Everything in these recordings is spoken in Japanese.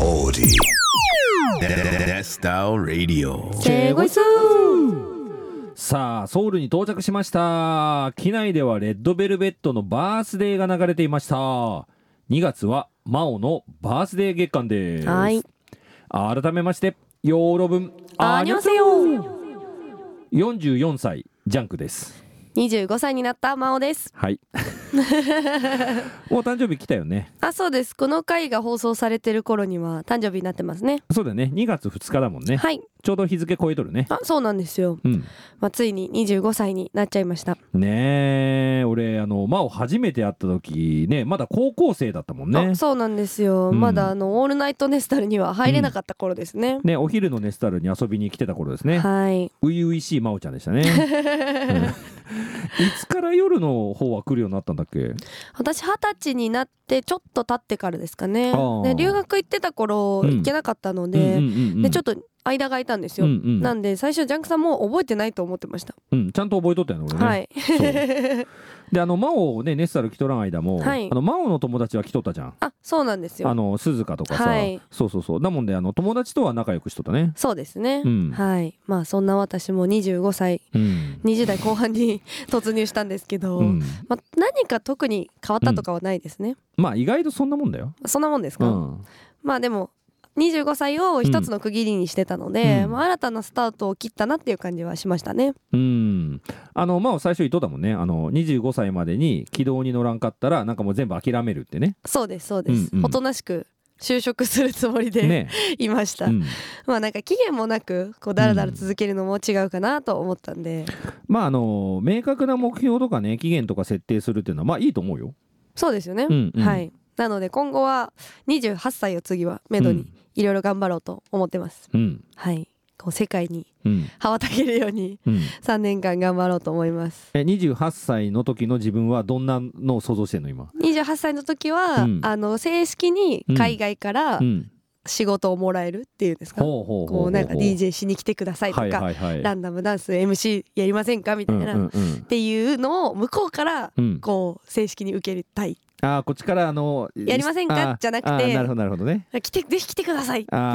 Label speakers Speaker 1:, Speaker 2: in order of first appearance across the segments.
Speaker 1: Audi. Style Radio.
Speaker 2: さあ、ソウルに到着しました。機内ではレッドベルベットのバースデーが流れていました。2月はマオのバースデー月間です。
Speaker 3: はい。
Speaker 2: 改めまして、ヨーロ分、
Speaker 3: アニョンセヨ
Speaker 2: 44歳、ジャンクです。
Speaker 3: 25歳になった真央です。
Speaker 2: はい。お誕生日来たよね。
Speaker 3: あ、そうです。この回が放送されてる頃には誕生日になってますね。
Speaker 2: そうだよね。2月2日だもんね。
Speaker 3: はい。
Speaker 2: ちょうど日付超えとるね。
Speaker 3: あ、そうなんですよ。
Speaker 2: うん。
Speaker 3: まあ、ついに25歳になっちゃいました。
Speaker 2: ねえ、俺、あの、マオ初めて会った時、ね、まだ高校生だったもんね
Speaker 3: あ。そうなんですよ。
Speaker 2: うん
Speaker 3: まだあの、オールナイトネスタルには入れなかった頃ですね。
Speaker 2: ね、お昼のネスタルに遊びに来てた頃ですね。
Speaker 3: はい。
Speaker 2: 初々しい真央ちゃんでしたね。うんいつから夜の方は来るようになったんだっけ
Speaker 3: 私二十歳になってちょっと経ってからですかね
Speaker 2: あー
Speaker 3: で留学行ってた頃
Speaker 2: うん
Speaker 3: 行けなかったので,、でちょっ
Speaker 2: っ
Speaker 3: と間が空いたんです
Speaker 2: う
Speaker 3: よ、
Speaker 2: んうん
Speaker 3: なんで最初ジャンクさんもう覚えてないと思ってました、
Speaker 2: うんちゃんと覚えとったよね、俺ね。
Speaker 3: はい
Speaker 2: そうで、あの、真央をね、ネスタル来とらん間も、
Speaker 3: はい
Speaker 2: あの、真央の友達は来とったじゃん。
Speaker 3: あそうなんですよ
Speaker 2: あの、鈴鹿とかさ、
Speaker 3: はい
Speaker 2: そうそうそう。だもんで、あの、友達とは仲良くしとったね。
Speaker 3: そうですね、
Speaker 2: うん
Speaker 3: はいまあそんな私も25歳
Speaker 2: うん。
Speaker 3: 20代後半に突入したんですけど、
Speaker 2: うん
Speaker 3: まあ、何か特に変わったとかはないですね、
Speaker 2: まあ、意外とそんなもんだよ。
Speaker 3: そんなもんです
Speaker 2: う
Speaker 3: か、
Speaker 2: ん。
Speaker 3: まあでも25歳を一つの区切りにしてたので、
Speaker 2: うん
Speaker 3: まあ、新たなスタートを切ったなっていう感じはしましたね
Speaker 2: うん。あの、真央最初言っとったもんね。あの、25歳までに軌道に乗らんかったら、なんかもう全部諦めるってね。
Speaker 3: そうですそうです、
Speaker 2: うんうん
Speaker 3: おとなしく就職するつもりで、
Speaker 2: ね。
Speaker 3: いました、
Speaker 2: うん。
Speaker 3: まあなんか期限もなくこうだらだら続けるのも違うかなと思ったんで、
Speaker 2: まああの明確な目標とかね期限とか設定するっていうのはまあいいと思うよ。
Speaker 3: そうですよね、
Speaker 2: うんうん
Speaker 3: はいなので今後は28歳を次はめどにいろいろ頑張ろうと思ってます、
Speaker 2: うん
Speaker 3: はいこう世界に
Speaker 2: うん
Speaker 3: 羽ばたけるように
Speaker 2: うん。
Speaker 3: 3年間頑張ろうと思います
Speaker 2: え28歳の時の自分はどんなのを想像してんの今。
Speaker 3: 28歳の時は、
Speaker 2: うん
Speaker 3: あの正式に海外から
Speaker 2: うん。
Speaker 3: 仕事をもらえるっていうんですか、
Speaker 2: ほうほうほうほう。
Speaker 3: こうなんか DJ しに来てくださいとか、
Speaker 2: はいはいはい。
Speaker 3: ランダムダンス MC やりませんかみ
Speaker 2: う
Speaker 3: たい
Speaker 2: んう
Speaker 3: な、
Speaker 2: ん
Speaker 3: っ
Speaker 2: うん。
Speaker 3: ていうのを向こうから
Speaker 2: うん、
Speaker 3: こう正式に受けたい
Speaker 2: ああこっちからあの
Speaker 3: やりませんか
Speaker 2: あー
Speaker 3: じゃなくて
Speaker 2: あーなるほどなるほどね
Speaker 3: 来てぜひ来てくださいって
Speaker 2: あ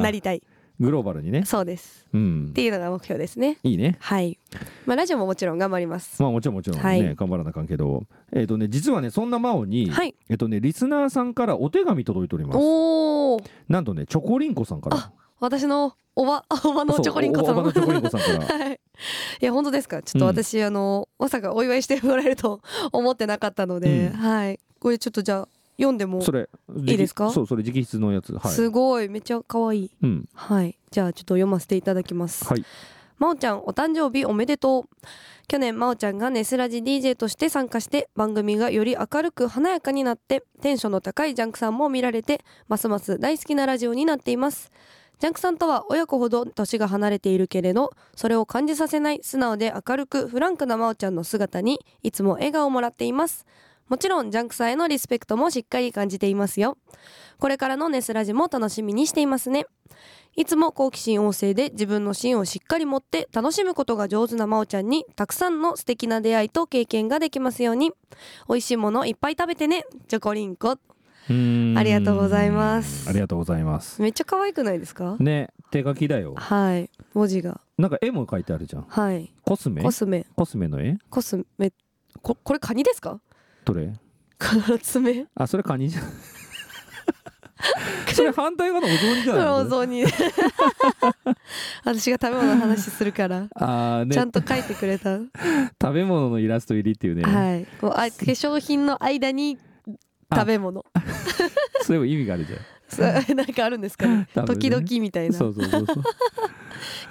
Speaker 2: ー
Speaker 3: なりたい
Speaker 2: グローバルにね
Speaker 3: そうです
Speaker 2: うん
Speaker 3: っていうのが目標ですね
Speaker 2: いいね
Speaker 3: はいまあラジオももちろん頑張ります
Speaker 2: まあもちろんもちろんね、
Speaker 3: はい
Speaker 2: 頑張らなあかんけどえっ、とね実はねそんな真央に、
Speaker 3: はい
Speaker 2: えっとねリスナーさんからお手紙届いております
Speaker 3: おお
Speaker 2: なんとねチョコリンコさんから
Speaker 3: あ私のおば おばのチョコリンコさん
Speaker 2: そうおおばのチョコリンコさんから
Speaker 3: はい、いや本当ですかちょっと私、あのまさかお祝いしてもらえると 思ってなかったので、
Speaker 2: うん
Speaker 3: はいこれちょっとじゃあ読んでも
Speaker 2: それ
Speaker 3: いいですか
Speaker 2: 直そうそれ直筆のやつはい
Speaker 3: すごいめっちゃ可愛い
Speaker 2: うん
Speaker 3: はいじゃあちょっと読ませていただきます
Speaker 2: はい
Speaker 3: まおちゃんお誕生日おめでとう去年まおちゃんがネスラジ DJ として参加して番組がより明るく華やかになってテンションの高いジャンクさんも見られてますます大好きなラジオになっていますジャンクさんとは親子ほど年が離れているけれどそれを感じさせない素直で明るくフランクなまおちゃんの姿にいつも笑顔をもらっていますもちろんジャンクさんへのリスペクトもしっかり感じていますよこれからのネスラジも楽しみにしていますねいつも好奇心旺盛で自分の芯をしっかり持って楽しむことが上手なまおちゃんにたくさんの素敵な出会いと経験ができますように美味しいものいっぱい食べてねチョコリンコ
Speaker 2: うーん
Speaker 3: ありがとうございます
Speaker 2: ありがとうございます。
Speaker 3: めっちゃ可愛くないですか
Speaker 2: ね、手書きだよ。
Speaker 3: はい文字が
Speaker 2: なんか絵も書いてあるじゃん。
Speaker 3: はい
Speaker 2: コスメ
Speaker 3: コスメ
Speaker 2: コスメの絵
Speaker 3: コスメここれカニですか
Speaker 2: どれ
Speaker 3: 爪
Speaker 2: あ、それカニじゃん。それ反対側のお雑煮じゃないの
Speaker 3: お雑煮 私が食べ物の話するから
Speaker 2: あーね
Speaker 3: ちゃんと書いてくれ た、
Speaker 2: 食べ物のイラスト入りっていうね、
Speaker 3: はいこうあ化粧品の間に食べ物
Speaker 2: そういう意味があるじ
Speaker 3: そう なんかあるんですかね
Speaker 2: 多分
Speaker 3: 時
Speaker 2: ね
Speaker 3: 々みた
Speaker 2: ゃ
Speaker 3: い
Speaker 2: ん
Speaker 3: な
Speaker 2: そうそうそうそう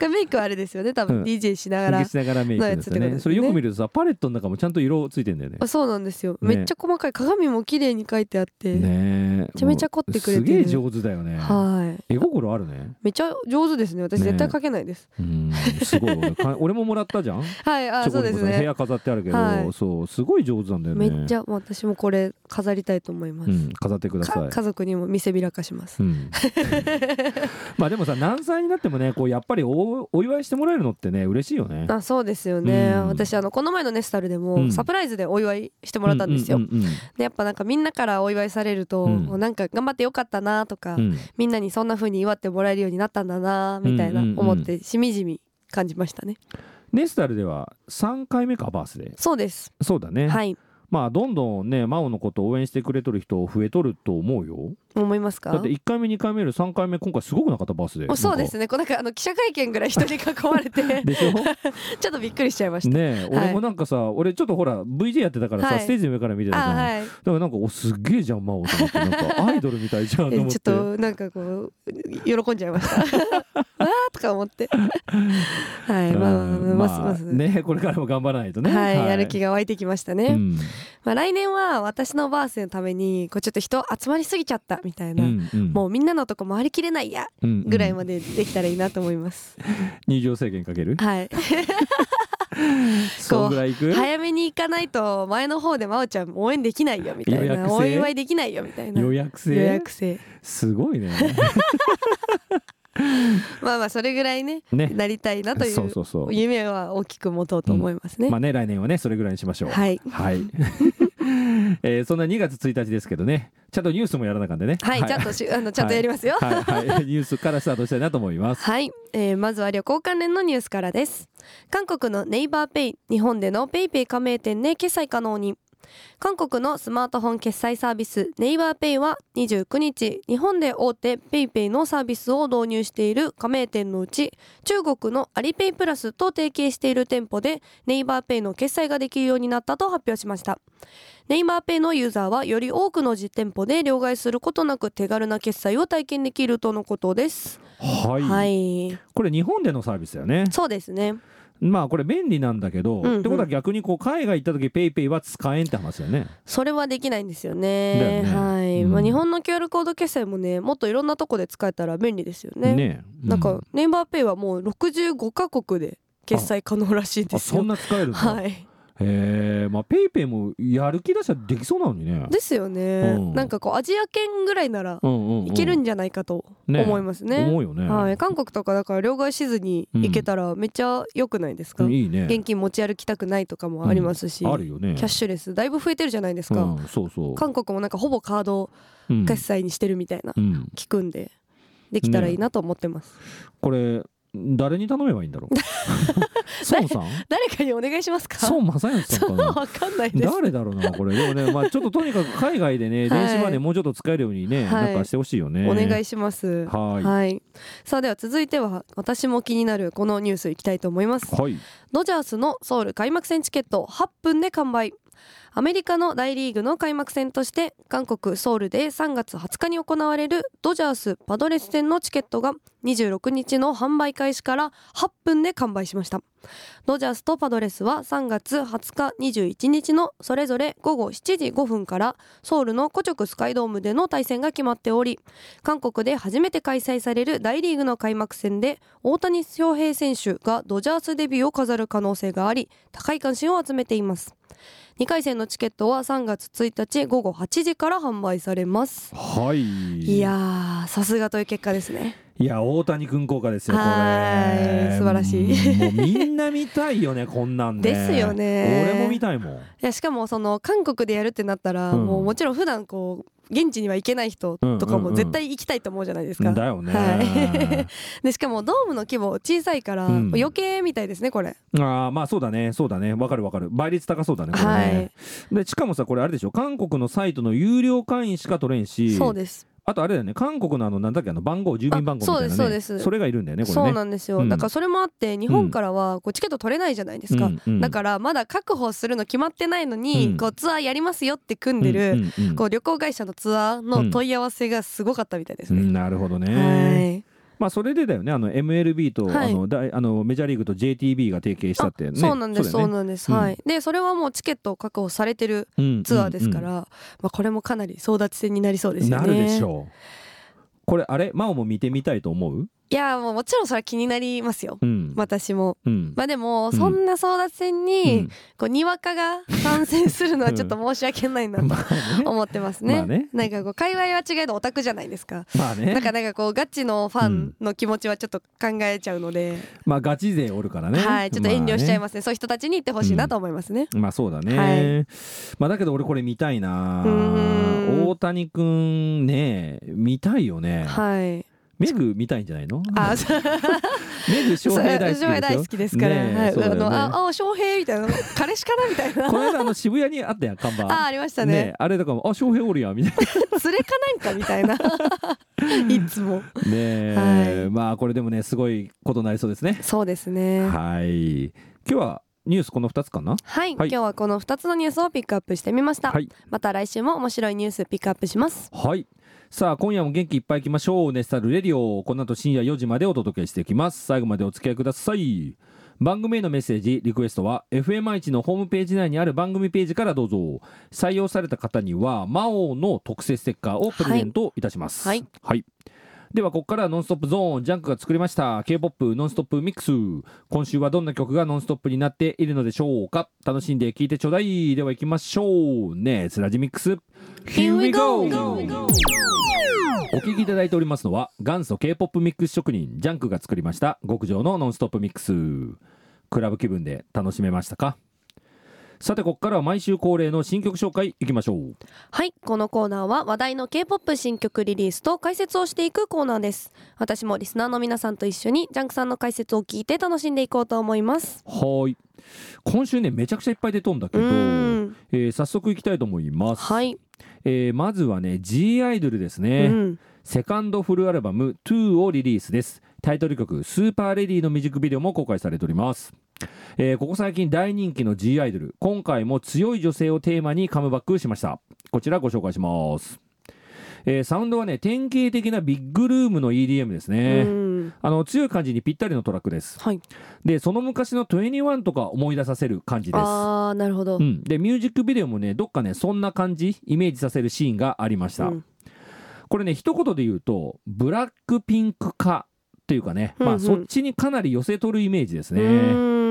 Speaker 3: メイクはあれですよね多
Speaker 2: う
Speaker 3: 分
Speaker 2: ん
Speaker 3: DJ しながら、
Speaker 2: 勉強しながらメイクですよ
Speaker 3: のやつってことです
Speaker 2: ね
Speaker 3: ね
Speaker 2: それよく見るとさパレットの中もちゃんと色ついてんだよね
Speaker 3: あそうなんですよ、
Speaker 2: ね
Speaker 3: めっちゃ細かい鏡も綺麗に描いてあって、
Speaker 2: ねえめ
Speaker 3: ちゃめちゃ凝ってくれてる
Speaker 2: すげえ上手だよね
Speaker 3: はい
Speaker 2: 絵心あるね
Speaker 3: めっちゃ上手ですね私
Speaker 2: ね
Speaker 3: 絶対描けないです、
Speaker 2: うーんすごい俺か 俺ももらったじゃん
Speaker 3: はいあ
Speaker 2: チョ
Speaker 3: そ
Speaker 2: コ
Speaker 3: うで
Speaker 2: リンコ
Speaker 3: す
Speaker 2: さん部
Speaker 3: ね
Speaker 2: 屋飾ってあるけど、
Speaker 3: はい
Speaker 2: そうすごい上手なんだよ
Speaker 3: め
Speaker 2: ね
Speaker 3: っちゃ私もこれ飾りたいと思います、
Speaker 2: うん、飾ってくださ
Speaker 3: か
Speaker 2: い
Speaker 3: 家族にも見せびらかします、
Speaker 2: うん まあでもさ何歳になってもねこうやっぱりおお祝いしてもらえるのってね嬉しいよね
Speaker 3: あそうですよね、
Speaker 2: うん
Speaker 3: 私あのこの前のネスタルでも、
Speaker 2: うん
Speaker 3: サプライズでお祝いしてもらったんですよ、
Speaker 2: うんうんうんうん
Speaker 3: でやっぱなんかみんなからお祝いされると、
Speaker 2: うん
Speaker 3: もううなんか頑張ってよかったなとか、
Speaker 2: うん
Speaker 3: みんなにそんな風に祝ってもらえるようになったんだなみたいな
Speaker 2: うんうんうん
Speaker 3: 思ってしみじみ感じましたね、
Speaker 2: ネスタルでは3回目かバースデー
Speaker 3: そうです
Speaker 2: そうだね、
Speaker 3: はい
Speaker 2: まあどんどんね真央のことを応援してくれとる人増えとると思うよ
Speaker 3: 思いますか
Speaker 2: だって1回目2回目より3回目今回すごくなかったバースデー
Speaker 3: おそうで
Speaker 2: ね
Speaker 3: すねこうなんかあの記者会見ぐらい人に囲まれて
Speaker 2: でしょ
Speaker 3: ちょっとびっくりしちゃいました、
Speaker 2: ねえ、俺もなんかさ俺ちょっとほら VJ やってたからさ、
Speaker 3: はい
Speaker 2: ステージの上から見てたじゃ
Speaker 3: あ
Speaker 2: ん、
Speaker 3: はい
Speaker 2: だからなんかおすっげえじゃん真央と思ってなんか アイドルみたいじゃんと
Speaker 3: えちょ
Speaker 2: 思っ
Speaker 3: ってとなんかこう喜んじゃいました わーとか思ってはいまあまあまあ
Speaker 2: うん
Speaker 3: ますます、
Speaker 2: ねこれからも頑張らないとね
Speaker 3: はい、やる気が湧いてきましたね、
Speaker 2: うん
Speaker 3: まあ、来年は私のバースデーのためにこうちょっと人集まりすぎちゃったみたいな、
Speaker 2: うんうん
Speaker 3: もうみんなのとこ回りきれないや
Speaker 2: うんうん
Speaker 3: ぐらいまでできたらいいなと思います、
Speaker 2: 入場制限かける
Speaker 3: はい
Speaker 2: そんぐらいいく
Speaker 3: 早めに行かないと前の方で真央ちゃん応援できないよみたい
Speaker 2: 予約
Speaker 3: な
Speaker 2: 制
Speaker 3: お祝いできないよみたいな
Speaker 2: 予約制
Speaker 3: 予約制
Speaker 2: す ごいね
Speaker 3: まあまあそれぐらいね
Speaker 2: ね
Speaker 3: なりたいなとい
Speaker 2: そうそうそう
Speaker 3: 夢は大きく持とうと思いますね、
Speaker 2: まあね来年はねそれぐらいにしましょう
Speaker 3: はい
Speaker 2: はい、えーそんな2月1日ですけどねちゃんとニュースもやらなあかんでね
Speaker 3: はい、ちゃんとしあのちゃんとやりますよ、
Speaker 2: はい、はい はいニュースからスタートしたいなと思います
Speaker 3: はい、えーまずは旅行関連のニュースからです韓国のネイバーペイ日本でのペイペイ加盟店で決済可能に韓国のスマートフォン決済サービスネイバーペイは29日日本で大手ペイペイのサービスを導入している加盟店のうち中国のアリペイプラスと提携している店舗でネイバーペイの決済ができるようになったと発表しましたネイバーペイのユーザーはより多くの実店舗で両替することなく手軽な決済を体験できるとのことです
Speaker 2: はい、
Speaker 3: はい
Speaker 2: これ日本でのサービスだよね
Speaker 3: そうですね。
Speaker 2: まあこれ便利なんだけど、
Speaker 3: うんうん
Speaker 2: ってことは逆にこう海外行った時ペイペイは使えんって話だよね
Speaker 3: それはできないんですよね。
Speaker 2: だよね
Speaker 3: はい。
Speaker 2: うん
Speaker 3: まあ日本の QR コード決済もね、もっといろんなとこで使えたら便利ですよね。
Speaker 2: ねえ
Speaker 3: なん
Speaker 2: う
Speaker 3: かネイバーペイはもう65カ国で決済可能らしいで
Speaker 2: あ
Speaker 3: す
Speaker 2: そ
Speaker 3: よ
Speaker 2: ん。な使えるの、
Speaker 3: は
Speaker 2: へ
Speaker 3: い。
Speaker 2: えまあペイペイもやる気出したらできそうなのにね
Speaker 3: ですよね。
Speaker 2: うん
Speaker 3: なんかこうアジア圏ぐらいなら
Speaker 2: うんうんうん
Speaker 3: いけるんじゃないかと
Speaker 2: ね
Speaker 3: 思いますね。
Speaker 2: 思うよね、
Speaker 3: はい。韓国とかだから両替しずに行けたらめっちゃ良くないですか。
Speaker 2: うんいいね
Speaker 3: 現金持ち歩きたくないとかもありますし、
Speaker 2: あるよね
Speaker 3: キャッシュレスだいぶ増えてるじゃないですか。
Speaker 2: うん、そうそう
Speaker 3: 韓国もなんかほぼカード
Speaker 2: うん
Speaker 3: 決済にしてるみたいな
Speaker 2: うん、
Speaker 3: 聞くんでできたらいいなと思ってます、
Speaker 2: これ誰に頼めばいいんだろう 孫さん
Speaker 3: 誰かにお願いしますか
Speaker 2: 孫正義さ
Speaker 3: そ
Speaker 2: んか
Speaker 3: う
Speaker 2: な
Speaker 3: わかんないです
Speaker 2: 誰だろうなこれでもねまあちょっととにかく海外でね、
Speaker 3: はい
Speaker 2: 電子マネーもうちょっと使えるようにね、
Speaker 3: はい
Speaker 2: なんかしてほしいよね
Speaker 3: お願
Speaker 2: い
Speaker 3: いします
Speaker 2: はい
Speaker 3: さあでは続いては私も気になるこのニュースいきたいと思います
Speaker 2: はい
Speaker 3: ドジャースのソウル開幕戦チケット8分で完売アメリカの大リーグの開幕戦として韓国ソウルで3月20日に行われるドジャースパドレス戦のチケットが26日の販売開始から8分で完売しましたドジャースとパドレスは3月20日21日のそれぞれ午後7時5分からソウルのコチョクスカイドームでの対戦が決まっており韓国で初めて開催される大リーグの開幕戦で大谷翔平選手がドジャースデビューを飾る可能性があり高い関心を集めています2回戦のチケットは3月1日午後8時から販売されます
Speaker 2: はい
Speaker 3: いやーさすがという結果ですね
Speaker 2: いや大谷君効果ですよこれ
Speaker 3: はい素晴らしい
Speaker 2: もうみんな見たいよねこんなんで
Speaker 3: ですよね
Speaker 2: 俺も見たいもん
Speaker 3: いやしかもその韓国でやるってなったら、
Speaker 2: うん
Speaker 3: もうもちろん普段こう現地には行けない人とか
Speaker 2: うんうんう
Speaker 3: も
Speaker 2: ん
Speaker 3: 絶対行きたいと思うじゃないですか、
Speaker 2: だよね、
Speaker 3: はいでしかもドームの規模小さいから
Speaker 2: うん
Speaker 3: 余計みたいですねこれ、
Speaker 2: ああまあそうだねそうだねわかるわかる倍率高そうだねこれね、でしかもさこれあれでしょ韓国のサイトの有料会員しか取れんし
Speaker 3: そうです
Speaker 2: あとあれだよね韓国のあのなんだっけあの番号住民番号みたいな、ね、
Speaker 3: あそうですそうです
Speaker 2: れがいるんだよねこれね
Speaker 3: そうなんですよ、
Speaker 2: うん
Speaker 3: だからそれもあって日本からはこうチケット取れないじゃないですか、
Speaker 2: うんうん
Speaker 3: だからまだ確保するの決まってないのに、
Speaker 2: うん
Speaker 3: こうツアーやりますよって組んでる、
Speaker 2: うんうんうん
Speaker 3: こう旅行会社のツアーの問い合わせがすごかったみたいです
Speaker 2: う
Speaker 3: ね、
Speaker 2: んなるほどね、
Speaker 3: はい
Speaker 2: まあそれでだよねあの MLB と、
Speaker 3: はい
Speaker 2: あの大あのメジャーリーグと JTB が提携したってね
Speaker 3: そうなんですそう,、
Speaker 2: だよね
Speaker 3: なんです、
Speaker 2: うん
Speaker 3: はいでそれはもうチケットを確保されてる
Speaker 2: うん
Speaker 3: ツアーですから、
Speaker 2: うん
Speaker 3: まあ、これもかなり争奪戦になりそうで
Speaker 2: うん
Speaker 3: すよね
Speaker 2: なるでしょうこれあれ真央も見てみたいと思う
Speaker 3: いやもうもちろんそれは気になりますよ
Speaker 2: うん。
Speaker 3: 私も
Speaker 2: うん。
Speaker 3: まあでも
Speaker 2: ん
Speaker 3: そんな争奪戦
Speaker 2: う
Speaker 3: に
Speaker 2: ん
Speaker 3: こうにわかが参戦するのはちょっと申し訳ないなと
Speaker 2: まあね。
Speaker 3: 思ってます
Speaker 2: ま
Speaker 3: ね
Speaker 2: あね
Speaker 3: なんかこう界隈は違えどオタクじゃないですか
Speaker 2: ま
Speaker 3: な
Speaker 2: あ
Speaker 3: ん
Speaker 2: ね。
Speaker 3: かなんかこうガチのファンの気持ちはちょっと考えちゃうので、
Speaker 2: まあガチ勢おるからね。
Speaker 3: はいちょっと遠慮しちゃい
Speaker 2: ま
Speaker 3: ますね,、そういう人たちに言ってほしいなと思いますね、
Speaker 2: す。まあそうだね。
Speaker 3: は
Speaker 2: まあだけど俺これ見たいな
Speaker 3: うーん
Speaker 2: 大谷くんね、見たいよね。
Speaker 3: はい
Speaker 2: メグ見たいんじゃないの
Speaker 3: あそう
Speaker 2: メグ
Speaker 3: そ
Speaker 2: 翔
Speaker 3: う
Speaker 2: 平大好
Speaker 3: 翔
Speaker 2: きですよ。
Speaker 3: 平大好きですから、
Speaker 2: ねえ
Speaker 3: はい、
Speaker 2: そう
Speaker 3: あ
Speaker 2: だよね
Speaker 3: のああ翔平みたいな彼氏かなみたいな
Speaker 2: この間あの渋谷にあったやん、看板。
Speaker 3: あありました
Speaker 2: ね
Speaker 3: ね
Speaker 2: えあれとかも、あ、翔平おるやん、み たいな。
Speaker 3: 連れかなんかみたい ないつも
Speaker 2: ねえ、まあこれでもね、すごいことになりそうですね。
Speaker 3: そうですねはい、
Speaker 2: はい。今日はニュースこの2つかなはい
Speaker 3: 今日はこの2つのニュースをピックアップしてみました、
Speaker 2: はい。
Speaker 3: また来週も面白いニュースピックアップします
Speaker 2: はい。さあ、今夜も元気いっぱいいきましょう。ネスタルレディオ。この後深夜4時までお届けしていきます。最後までお付き合いください。番組へのメッセージ、リクエストは FMI1 のホームページ内にある番組ページからどうぞ。採用された方には、魔王の特製ステッカーをプレゼントいたします。
Speaker 3: はい。
Speaker 2: はい。では、ここからはノンストップゾーン、ジャンクが作りました。K-POP ノンストップミックス。今週はどんな曲がノンストップになっているのでしょうか楽しんで聴いてちょうだい。では行きましょう。ねスラジミックス。Here we go! お聞きいただいておりますのは元祖 K-POP ミックス職人ジャンクが作りました極上のノンストップミックスクラブ気分で楽しめましたかさてここからは毎週恒例の新曲紹介いきましょう
Speaker 3: はいこのコーナーは話題の K-POP 新曲リリースと解説をしていくコーナーです私もリスナーの皆さんと一緒にジャンクさんの解説を聞いて楽しんでいこうと思います
Speaker 2: はーい今週ねめちゃくちゃいっぱい出とんだけ
Speaker 3: う
Speaker 2: ど、
Speaker 3: ーん
Speaker 2: えー早速いきたいと思います、
Speaker 3: はい、
Speaker 2: えーまずはね G アイドルですね、
Speaker 3: うん
Speaker 2: セカンドフルアルバム2をリリースです。タイトル曲スーパーレディのミュージックビデオも公開されております。えーここ最近大人気の G アイドル、今回も強い女性をテーマにカムバックしました。こちらご紹介します。えーサウンドはね、典型的なビッグルームの EDM ですね。
Speaker 3: うん
Speaker 2: あの、強い感じにぴったりのトラックです。
Speaker 3: はい
Speaker 2: で、その昔の21とか思い出させる感じです。
Speaker 3: ああなるほど、
Speaker 2: うん。で、ミュージックビデオもね、どっかね、そんな感じ、イメージさせるシーンがありました。
Speaker 3: うん
Speaker 2: これね一言で言うとブラックピンク化っていうかね、
Speaker 3: う
Speaker 2: まあ、
Speaker 3: んうん
Speaker 2: そっちにかなり寄せ取るイメージですね。
Speaker 3: うーん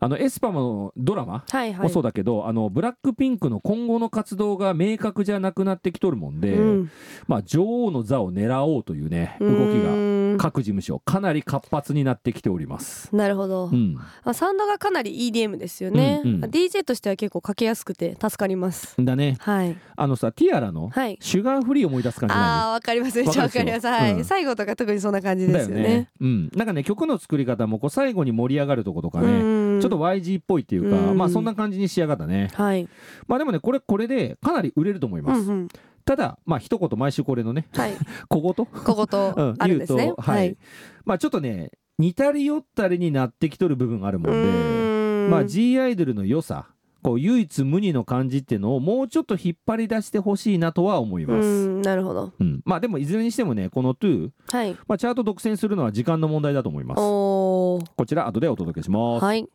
Speaker 2: あのエスパムのドラマ
Speaker 3: はいは
Speaker 2: も
Speaker 3: い
Speaker 2: そうだけど、あのブラックピンクの今後の活動が明確じゃなくなってきとるもんで、
Speaker 3: うん
Speaker 2: まあ、女王の座を狙おうというね動き
Speaker 3: う
Speaker 2: が
Speaker 3: ーん
Speaker 2: 各事務所かなり活発になってきております。
Speaker 3: なるほど、
Speaker 2: うん、
Speaker 3: あサウンドがかなり EDM ですよね、
Speaker 2: うんうん
Speaker 3: DJ としては結構かけやすくて助かります
Speaker 2: だね
Speaker 3: はい
Speaker 2: あのさティアラの
Speaker 3: はい
Speaker 2: シュガーフリー思い出す感じない
Speaker 3: ああーわかりますめっ
Speaker 2: わ
Speaker 3: ちゃ
Speaker 2: か
Speaker 3: わか
Speaker 2: るでしょ
Speaker 3: りますはい、
Speaker 2: うん
Speaker 3: 最後とか特にそんな感じで
Speaker 2: だ
Speaker 3: す
Speaker 2: よ
Speaker 3: よ
Speaker 2: ね
Speaker 3: ね
Speaker 2: うん、なんかね曲の作り方もこう最後に盛り上がるとことかね、
Speaker 3: うん
Speaker 2: ちょっと YG っぽいっていうか、
Speaker 3: うん
Speaker 2: まあそんな感じに仕上がったね。
Speaker 3: はい、
Speaker 2: まあでもね、これ、これでかなり売れると思いうま
Speaker 3: ん
Speaker 2: す。
Speaker 3: うん、
Speaker 2: ただ、まあ一言、毎週これのね、
Speaker 3: はい
Speaker 2: 小言、
Speaker 3: ここと
Speaker 2: うん、
Speaker 3: あるんですね
Speaker 2: 言うと、はい。まあちょっとね、似たり寄ったりになってきとる部分がある
Speaker 3: う
Speaker 2: も
Speaker 3: ん
Speaker 2: で、
Speaker 3: ーん
Speaker 2: まあ G アイドルの良さ、こう唯一無二の感じっていうのをもうちょっと引っ張り出してほしいなとは思いうます。
Speaker 3: んなるほど
Speaker 2: うん、まあでもいずれにしてもね、この2、
Speaker 3: はい
Speaker 2: まあチャート独占するのは時間の問題だと思います。
Speaker 3: おー
Speaker 2: こちら後でお届けします。
Speaker 3: はい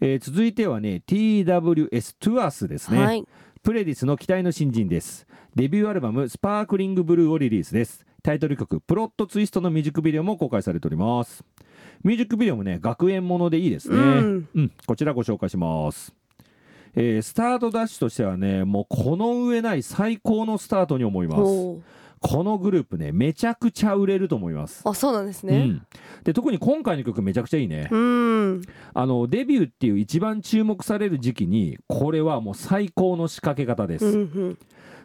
Speaker 2: えー続いてはね、TWS トゥアースですね。
Speaker 3: はい
Speaker 2: プレディスの期待の新人ですデビューアルバム「スパークリングブルー」をリリースですタイトル曲「プロットツイスト」のミュージックビデオも公開されておりますミュージックビデオもね学園ものでいいですね
Speaker 3: う
Speaker 2: うん、
Speaker 3: ん
Speaker 2: こちらご紹介しますえースタートダッシュとしてはねもうこの上ない最高のスタートに思いますこ
Speaker 3: おー
Speaker 2: のグループねめちゃくちゃ売れると思います
Speaker 3: あそうなんです
Speaker 2: う
Speaker 3: ね
Speaker 2: ん、で特に今回の曲めちゃくちゃいいね、
Speaker 3: うんん
Speaker 2: あのデビューっていう一番注目される時期にこれはもう最高の仕掛け方です、
Speaker 3: うんうん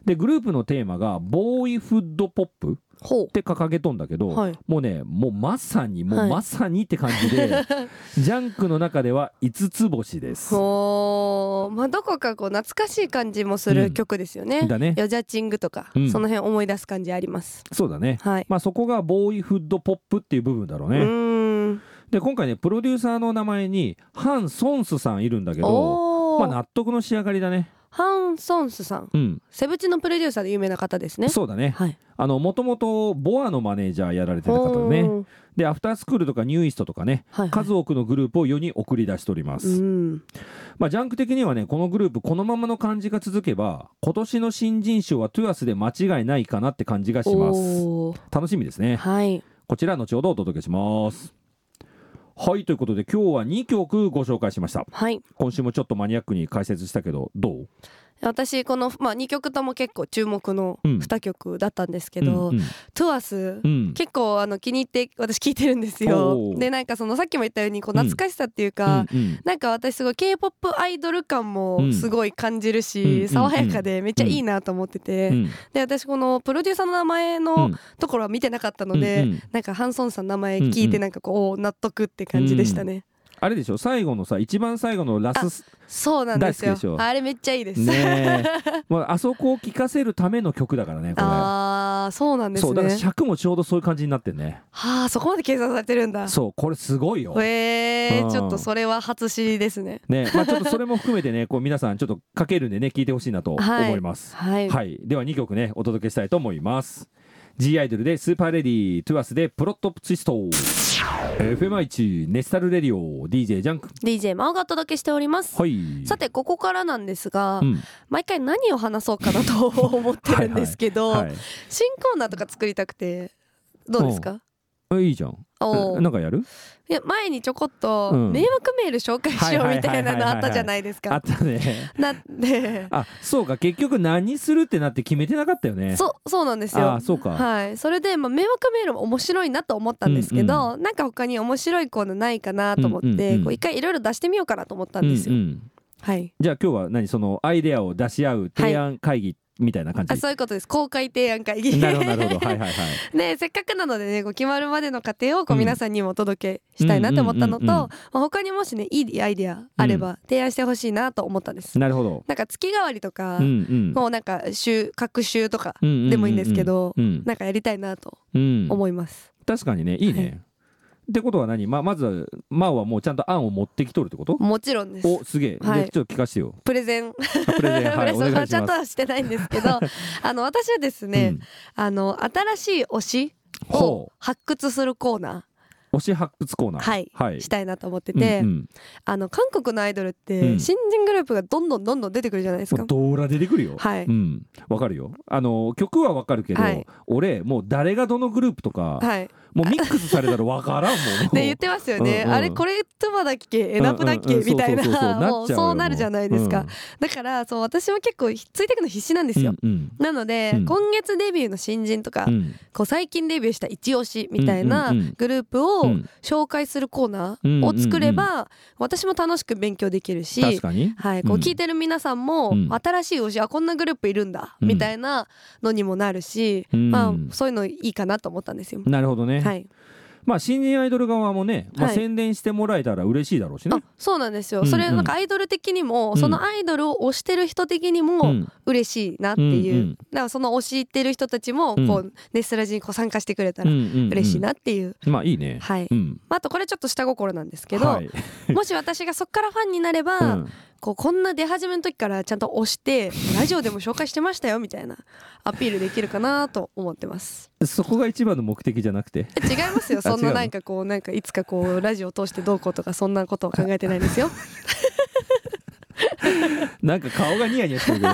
Speaker 2: でグループのテーマがボーイフッドポップっ
Speaker 3: ほ
Speaker 2: て掲げとんだけど、
Speaker 3: うはい
Speaker 2: もうねもうまさにも
Speaker 3: は
Speaker 2: う
Speaker 3: い
Speaker 2: まさにって感じで、 ジャンクの中では5つ星です。
Speaker 3: おーまあどこかこう懐かしい感じもす
Speaker 2: う
Speaker 3: る
Speaker 2: ん
Speaker 3: 曲ですよね。
Speaker 2: だね
Speaker 3: ヨジャチングとか、
Speaker 2: うん
Speaker 3: その辺思い出す感じあります。
Speaker 2: そうだね
Speaker 3: はい。
Speaker 2: まあそこがボーイフッドポップっていう部分だろう
Speaker 3: う
Speaker 2: ね、
Speaker 3: ーん。
Speaker 2: で今回ねプロデューサーの名前にハン・ソンスさんいるんだけど
Speaker 3: お
Speaker 2: まあ
Speaker 3: お、
Speaker 2: 納得の仕上がりだね
Speaker 3: ハンソンスさん、
Speaker 2: うん
Speaker 3: セブチのプロデューサーで有名な方ですね。
Speaker 2: そうだね
Speaker 3: はい。
Speaker 2: あのもともとボアのマネージャーやられてる方だね
Speaker 3: おー
Speaker 2: でアフタースクールとかニューイストとかね
Speaker 3: はい、はい。
Speaker 2: 数多くのグループを世に送り出しておりま
Speaker 3: う
Speaker 2: す、
Speaker 3: ん。
Speaker 2: まあ、ジャンク的にはね、このグループ、このままの感じが続けば、今年の新人賞はトゥアスで間違いないかなって感じがします。
Speaker 3: おー
Speaker 2: 楽しみですね。
Speaker 3: はい。
Speaker 2: こちら後ほどお届けしますはいということで今日は2曲ご紹介しました
Speaker 3: はい
Speaker 2: 今週もちょっとマニアックに解説したけどどう
Speaker 3: 私この、まあ、2曲とも結構注目の
Speaker 2: うん
Speaker 3: 2曲だったんですけど「
Speaker 2: うんうん
Speaker 3: トゥアス」
Speaker 2: うん
Speaker 3: 結構あの気に入って私聞いてるんですよ
Speaker 2: お。ー
Speaker 3: でなんかそのさっきも言ったようにこう
Speaker 2: うん
Speaker 3: 懐かしさっていうか、
Speaker 2: うんうん
Speaker 3: なんか私すごい k p o p アイドル感
Speaker 2: う
Speaker 3: も
Speaker 2: ん
Speaker 3: すごい感じるし、
Speaker 2: うんうん
Speaker 3: 爽やかでめっちゃいいなと思ってて、
Speaker 2: うん
Speaker 3: で私このプロデューサーの名前
Speaker 2: う
Speaker 3: の
Speaker 2: ん
Speaker 3: ところは見てなかったので、
Speaker 2: うんうん
Speaker 3: なんかハンソンさんの名前聞い
Speaker 2: うんう
Speaker 3: て
Speaker 2: ん
Speaker 3: なんかこうおー納得って感じでしたね、
Speaker 2: あれでしょ最後のさ一番最後のラス
Speaker 3: そうなんですよ
Speaker 2: 大好きでしょ
Speaker 3: あれめっちゃいいです、
Speaker 2: ねえまああそこを聴かせるための曲だからねこれ
Speaker 3: あーそうなんです
Speaker 2: そうだから
Speaker 3: ね
Speaker 2: 尺もちょうどそういう感じになってんね
Speaker 3: はあそこまで計算されてるんだ
Speaker 2: そうこれすごいよ
Speaker 3: へえ
Speaker 2: うん
Speaker 3: ちょっとそれは初知りですね
Speaker 2: ねまあちょっとそれも含めてねこう皆さんちょっとかけるんでね聞いてほしいなと
Speaker 3: はい
Speaker 2: 思います
Speaker 3: はい、
Speaker 2: はい、では2曲ねお届けしたいと思います G アイドルでスーパーレディートゥアスでプロットツイスト FM1 ネスタルレディオ DJ ジャンク
Speaker 3: DJ マオがお届けしております、
Speaker 2: はい
Speaker 3: さてここからなんですが、
Speaker 2: うん
Speaker 3: 毎回何を話そうかなと思ってるんですけど
Speaker 2: はい
Speaker 3: 新コーナーとか作りたくてどうですか
Speaker 2: えいいじゃん
Speaker 3: お
Speaker 2: え
Speaker 3: ー
Speaker 2: なんかやる
Speaker 3: いや前にちょこっと
Speaker 2: うん
Speaker 3: 迷惑メール紹介しよう
Speaker 2: は
Speaker 3: み
Speaker 2: いはいは
Speaker 3: たい
Speaker 2: いはいはい
Speaker 3: なのあったじゃないです
Speaker 2: あ
Speaker 3: か
Speaker 2: っ。たね
Speaker 3: なんで
Speaker 2: あそうか結局何するってなって決めてなかったよねう
Speaker 3: そうそうなんです
Speaker 2: あ
Speaker 3: よ
Speaker 2: ー。そうか、
Speaker 3: はい、それで、まあ、迷惑メールも面白いなと思ったんですけど、なんか他に面白いコーナーないかなと思って、
Speaker 2: うんうんうん
Speaker 3: こう一回いろいろ出してみようかなと思ったんですよ。
Speaker 2: うんうん
Speaker 3: はい
Speaker 2: じゃあ今日は何そのアイデアを出し合う提案会議みたいな感じ、
Speaker 3: あそういうことです公開提案会議
Speaker 2: なるほどなるほどはいはいはい
Speaker 3: ねせっかくなのでねこう決まるまでの過程をこう
Speaker 2: うん
Speaker 3: 皆さんにもお届けしたいなと思ったのと、
Speaker 2: うんうんうんうん
Speaker 3: まあ、他にもしねいいアイデアあれば提案してほしいなと思ったんです。
Speaker 2: なるほど
Speaker 3: なんか月替わりとか、
Speaker 2: うんうん
Speaker 3: もうなんか週各週とか
Speaker 2: で
Speaker 3: でもいいんですけ、ど、
Speaker 2: うん
Speaker 3: なんかやりたいなと
Speaker 2: うん、
Speaker 3: 思います。
Speaker 2: 確かにねいいね、
Speaker 3: は
Speaker 2: ってことは何ままずマオはもうちゃんと案を持ってきとるってこと
Speaker 3: もちろんです。
Speaker 2: おすげえ、
Speaker 3: はい
Speaker 2: じゃあちょっと聞かせてよ
Speaker 3: プレゼン、
Speaker 2: あプレゼン
Speaker 3: プ
Speaker 2: はい
Speaker 3: レ
Speaker 2: お
Speaker 3: ゼン
Speaker 2: 願
Speaker 3: はい
Speaker 2: し
Speaker 3: ちゃんと
Speaker 2: ます
Speaker 3: はしてないんです けど、あの私はです
Speaker 2: う
Speaker 3: ね
Speaker 2: ん、
Speaker 3: あの新しい推しを
Speaker 2: ほ
Speaker 3: 発掘するコーナ
Speaker 2: う推し発掘コーナー
Speaker 3: はい
Speaker 2: は
Speaker 3: ー
Speaker 2: い
Speaker 3: したいなと思ってて、
Speaker 2: うんうん
Speaker 3: あの韓国のアイドルっ
Speaker 2: う
Speaker 3: て
Speaker 2: ん
Speaker 3: 新人グループがどんどんどんどん出てくるじゃないです
Speaker 2: も
Speaker 3: か
Speaker 2: う。ドーラ出てくるよ
Speaker 3: はい
Speaker 2: うんわかるよあの曲はわかるけど、
Speaker 3: はい
Speaker 2: 俺もう誰がどのグループとか、
Speaker 3: はい、
Speaker 2: もうミックスされたらわからんも ん
Speaker 3: で言ってますよね、
Speaker 2: うんうん
Speaker 3: あれこれトゥマだっけエナプだっけ、
Speaker 2: うんうんうん
Speaker 3: みたいな
Speaker 2: そうそうそう
Speaker 3: もう
Speaker 2: ちゃよ
Speaker 3: そうなるじゃないですか、
Speaker 2: うん
Speaker 3: だからそう私も結構ひついてくの必死なんですよ、
Speaker 2: うんうん
Speaker 3: なので、
Speaker 2: うん
Speaker 3: 今月デビューの新人とか、
Speaker 2: うん
Speaker 3: こう最近デビューした一押しみたいな
Speaker 2: うんうんうん
Speaker 3: グループを
Speaker 2: うん
Speaker 3: 紹介するコーナーを作れば、私も楽しく勉強できるし、
Speaker 2: 確かに
Speaker 3: はい、こう
Speaker 2: うん
Speaker 3: 聞いてる皆さんも、
Speaker 2: うん
Speaker 3: 新しい推しあこんなグループいるんだ、
Speaker 2: うん
Speaker 3: みたいなのにもなるし、
Speaker 2: うん
Speaker 3: まあ、そういうのいいかなと思ったんですよ。
Speaker 2: なるほどね、
Speaker 3: はい、
Speaker 2: まあ新人アイドル側もね、まあ、
Speaker 3: はい
Speaker 2: 宣伝してもらえたら嬉しいだろうしね、
Speaker 3: あそうなんですよ、
Speaker 2: うんうん
Speaker 3: それなんかアイドル的にも、
Speaker 2: うん
Speaker 3: そのアイドルを推してる人的にも
Speaker 2: ん、
Speaker 3: 嬉しいなっていう、
Speaker 2: うんうん
Speaker 3: だからその推してる人たちもこう、
Speaker 2: う
Speaker 3: ネスラジにこう参加してくれたら
Speaker 2: うんうんうん
Speaker 3: 嬉しいなっていう、
Speaker 2: まあいいね
Speaker 3: はい、
Speaker 2: うん
Speaker 3: まあ、あとこれちょっと下心なんですけど、
Speaker 2: はい
Speaker 3: もし私がそっからファンになれば、
Speaker 2: うん
Speaker 3: こうこんな出始めの時からちゃんと押してラジオでも紹介してましたよみたいなアピールできるかなと思ってます
Speaker 2: そこが一番の目的じゃなく て
Speaker 3: え違いますよ
Speaker 2: あ
Speaker 3: そん
Speaker 2: 違う
Speaker 3: な
Speaker 2: の
Speaker 3: なんかこうなんかいつかこうラジオを通してどうこうとかそんなことを考えてないですよ
Speaker 2: なんか顔がニヤニヤしてるけど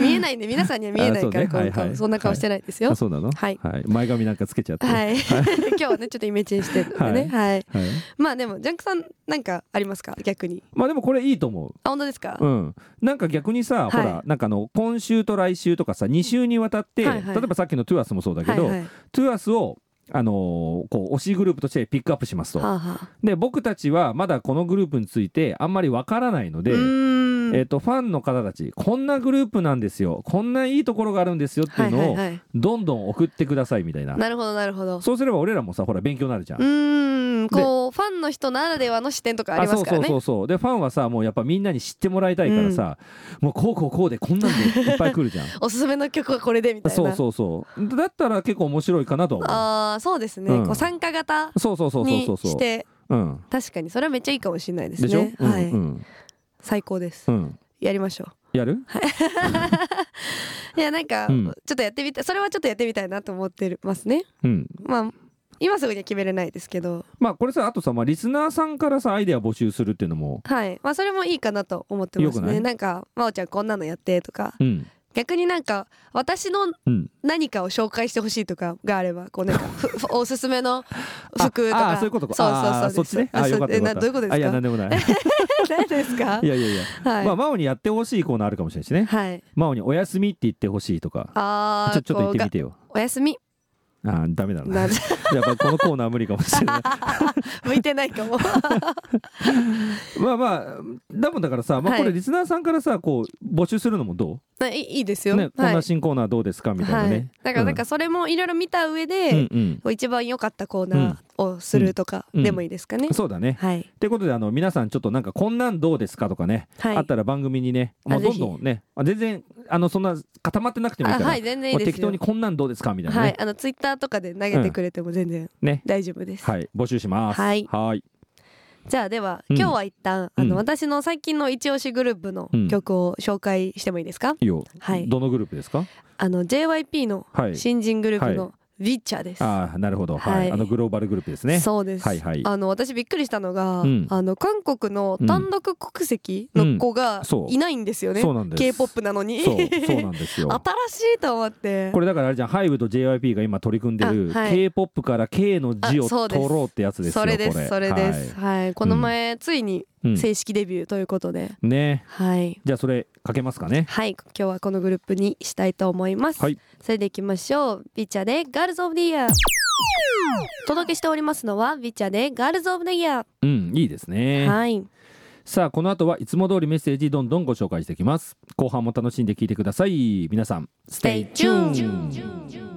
Speaker 3: 見えないんで皆さんには見えないから
Speaker 2: あそうね
Speaker 3: 今回
Speaker 2: はいは
Speaker 3: はいそんな顔してないですよ
Speaker 2: あそうなの
Speaker 3: はい
Speaker 2: 前髪なんかつけちゃって、
Speaker 3: はいい 今日はねちょっとイメチェンしてるのでねはい
Speaker 2: はい
Speaker 3: まあでもジャンクさんなんかありますか逆に
Speaker 2: まあでもこれいいと思う
Speaker 3: あ本当ですか
Speaker 2: うん、なんか逆にさ、
Speaker 3: い
Speaker 2: ほらなんかあの今週と来週とかさ2週にわたって、
Speaker 3: はいはい
Speaker 2: 例えばさっきのトゥアスもそうだけど、
Speaker 3: はいはい
Speaker 2: トゥアスをあのーこう推しグループとしてピックアップしますと、
Speaker 3: はあはあ
Speaker 2: で僕たちはまだこのグループについてあんまりわからないので、
Speaker 3: うーん
Speaker 2: えっとファンの方たちこんなグループなんですよこんないいところがあるんですよっていうのを
Speaker 3: はいはいは
Speaker 2: どんどん送ってくださいみたいな、
Speaker 3: いなるほどなるほど
Speaker 2: そうすれば俺らもさほら勉強になるじゃん。
Speaker 3: うーんこうファンの人ならではの視点とかありますから
Speaker 2: そうそうそ
Speaker 3: ね
Speaker 2: うそうでファンはさもうやっぱみんなに知ってもらいたいからさ、もうこうこうこうでこんなんでいっぱい 来るじゃん
Speaker 3: おすすめの曲はこれでみたいな
Speaker 2: そうそうそうだったら結構面白いかなとは思う
Speaker 3: あーそうですね、
Speaker 2: うん
Speaker 3: こう参加型
Speaker 2: そうそうそうそう
Speaker 3: に
Speaker 2: そうそう
Speaker 3: して
Speaker 2: うん
Speaker 3: 確かにそれはめっちゃいいかもしれないです
Speaker 2: でしょ、
Speaker 3: ね
Speaker 2: うん
Speaker 3: はい、
Speaker 2: うん
Speaker 3: 最高です、
Speaker 2: うん
Speaker 3: やりましょ
Speaker 2: やる
Speaker 3: ういやなんか、
Speaker 2: うん
Speaker 3: ちょっとやってみたそれはちょっとやってみたいなと思ってますね
Speaker 2: うん
Speaker 3: まあ今すぐには決めれないですけど
Speaker 2: まあこれさあとさ、まあ、リスナーさんからさアイデア募集するっていうのも
Speaker 3: はいまあそれもいいかなと思ってます
Speaker 2: よく
Speaker 3: ね
Speaker 2: ない
Speaker 3: なんか真央ちゃんこんなのやってとか
Speaker 2: うん
Speaker 3: 逆になんか私の
Speaker 2: うん
Speaker 3: 何かを紹介してほしいとかがあればこう なんかふふおすすめの服と
Speaker 2: ああ
Speaker 3: か
Speaker 2: そういうことか
Speaker 3: そう
Speaker 2: あー
Speaker 3: そうそう
Speaker 2: そっちね
Speaker 3: あ
Speaker 2: あよかった
Speaker 3: え
Speaker 2: よか
Speaker 3: な
Speaker 2: った
Speaker 3: どういうことで
Speaker 2: あい
Speaker 3: す
Speaker 2: や
Speaker 3: か
Speaker 2: 何でもない
Speaker 3: 何ですか
Speaker 2: いやいやいや
Speaker 3: はい、
Speaker 2: まあ真央にやってほしいコーナーあるかもしれないしね
Speaker 3: はい
Speaker 2: 真央に「おやすみ」って言ってほしいとか
Speaker 3: あー
Speaker 2: ちょちょっと言って
Speaker 3: こう
Speaker 2: みてよ
Speaker 3: がおやすみ
Speaker 2: あーダメだな
Speaker 3: な
Speaker 2: やっぱりこのコーナーは無理かもしれ ない
Speaker 3: 向いてないかも
Speaker 2: まあまあだもんだからさ、まあ、
Speaker 3: はい
Speaker 2: これリスナーさんからさこう募集するのもど
Speaker 3: ないいいです
Speaker 2: う、
Speaker 3: よ、
Speaker 2: ね、こん
Speaker 3: はい
Speaker 2: な新コーナーどうですかみたいなね、
Speaker 3: はい、だから
Speaker 2: うん
Speaker 3: なんかそれもいろいろ見た上で、
Speaker 2: うんうん
Speaker 3: こう一番良かったコーナーをするとか
Speaker 2: うん
Speaker 3: でもいいですかね、
Speaker 2: そうだね
Speaker 3: はい
Speaker 2: ってことであの皆さんちょっとなんかこんなんどうですかとかね、
Speaker 3: はい
Speaker 2: あったら番組にね、まあ、
Speaker 3: あぜ
Speaker 2: どん
Speaker 3: ひ
Speaker 2: どんねあ全然あのそんな固まってなくてもいい
Speaker 3: あ
Speaker 2: から、
Speaker 3: はい全然いい
Speaker 2: ま
Speaker 3: で
Speaker 2: あ
Speaker 3: すよ
Speaker 2: 適当にこんなんどうですかみたいなね,、
Speaker 3: はいあのツイッターとかで投げてくれても全然
Speaker 2: ね
Speaker 3: 大丈夫です、
Speaker 2: はい募集します
Speaker 3: はい
Speaker 2: はい
Speaker 3: じゃあでは、
Speaker 2: うん
Speaker 3: 今日は一旦あ
Speaker 2: う
Speaker 3: の、
Speaker 2: ん
Speaker 3: 私の最近の一押しグループの
Speaker 2: うん
Speaker 3: 曲を紹介してもいいですか、
Speaker 2: いいよ、
Speaker 3: はい
Speaker 2: どのグループですか
Speaker 3: あの JYP の
Speaker 2: はい
Speaker 3: 新人グループ
Speaker 2: は
Speaker 3: の「ビッチャーです、
Speaker 2: ああなるほど、はい
Speaker 3: はい
Speaker 2: あのグローバルグループですね
Speaker 3: そうです、
Speaker 2: はいはい
Speaker 3: あの私びっくりしたのが、
Speaker 2: うん
Speaker 3: あの韓国の単独国籍の子が
Speaker 2: そう
Speaker 3: いないんですよね、
Speaker 2: そうなんです
Speaker 3: K-POP なのに
Speaker 2: そうそうなんですよ
Speaker 3: 新しいと思って
Speaker 2: これだからあれじゃん HYBE と JYP が今取り組んでる、
Speaker 3: あはい
Speaker 2: K-POP から K の字を
Speaker 3: あそうです
Speaker 2: 取ろうってやつですよ
Speaker 3: それで
Speaker 2: こ
Speaker 3: すそれですはい、この前、ついに
Speaker 2: うん
Speaker 3: 正式デビューということで、
Speaker 2: ね
Speaker 3: はい
Speaker 2: じゃあそれかけますかね
Speaker 3: はい今日はこのグループにしたいと思います、
Speaker 2: はい
Speaker 3: それでいきましょうビッチャでガールズオブディイヤーお届けしておりますのはビッチャでガールズオブディイヤ
Speaker 2: うんいいです
Speaker 3: ー、
Speaker 2: ね
Speaker 3: はい
Speaker 2: さあこの後はいつも通りメッセージどんどんご紹介していきます後半も楽しんで聞いてください皆さん
Speaker 3: Stay tuned